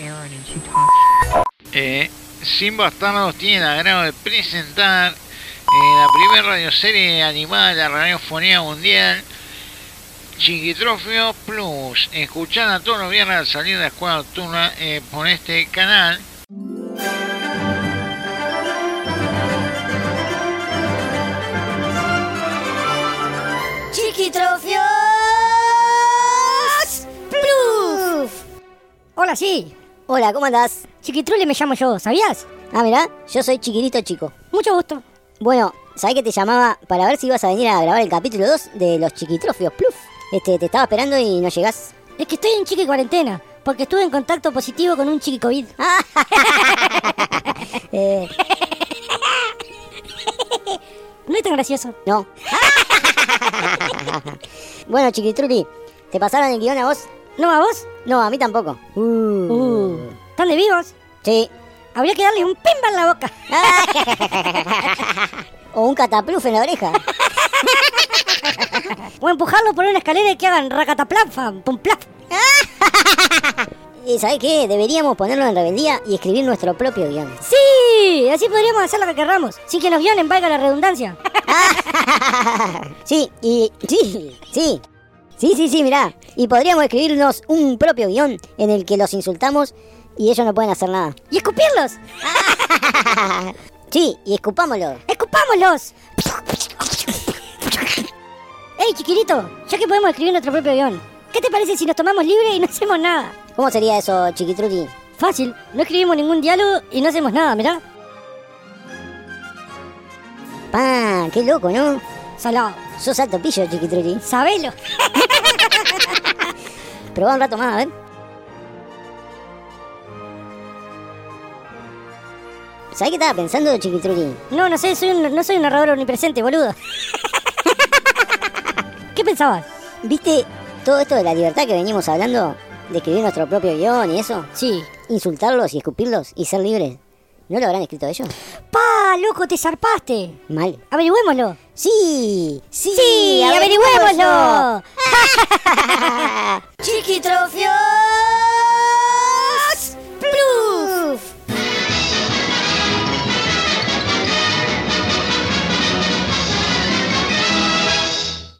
Aaron and she talks. Eh, Sin Bastardos tiene el agrado de presentar eh, la primera radioserie animada de la radiofonía mundial, Chiquitrofio Plus. Escuchada todos los viernes al salir de la escuela nocturna eh, por este canal. ¡Chiquitrofios! ¡Pluf! Hola, sí. Hola, ¿cómo andás? Chiquitrole me llamo yo, ¿sabías? Ah, mirá, yo soy Chiquirito Chico. Mucho gusto. Bueno, sabés que te llamaba para ver si ibas a venir a grabar el capítulo 2 de los Chiquitrofios, pluf. Este, te estaba esperando y no llegás. Es que estoy en chiqui cuarentena, porque estuve en contacto positivo con un chiqui COVID. Ah. Eh, No es tan gracioso. no. bueno, Chiquitruli, ¿te pasaron el guión a vos? ¿No a vos? No, a mí tampoco. Uh. ¿Están de vivos? Sí. Habría que darle un pimba en la boca. O un catapluf en la oreja. O empujarlo por una escalera y que hagan racataplanfa, pumplaf. ¿Y sabés qué? Deberíamos ponerlo en rebeldía y escribir nuestro propio guión. ¡Sí! Así podríamos hacer lo que querramos, sin que nos guionen, valga la redundancia. Sí, y. Sí, sí. Sí, sí, sí, mirá. Y podríamos escribirnos un propio guión en el que los insultamos y ellos no pueden hacer nada. ¡Y escupirlos! Sí, y escupámoslo. ¡Escupámoslos! ¡Ey, chiquitito! Ya que podemos escribir nuestro propio guión, ¿qué te parece si nos tomamos libre y no hacemos nada? ¿Cómo sería eso, chiquitruli? Fácil, no escribimos ningún diálogo y no hacemos nada, mirá. Pa, qué loco, ¿no? Salado, Sos alto pillo, chiquitruli. sabelo. Probá un rato más, a ver. ¿Sabés qué estaba pensando, chiquitruli? No, no sé, soy un, no soy un narrador omnipresente, boludo. ¿Qué pensabas? ¿Viste todo esto de la libertad que venimos hablando? De escribir nuestro propio guión y eso. Sí. insultarlos y escupirlos y ser libres. ¿No lo habrán escrito ellos? ¡Pa, loco, te zarpaste! Mal. Averigüémoslo. Sí, sí, Sí, averigüémoslo. Chiquitrofio.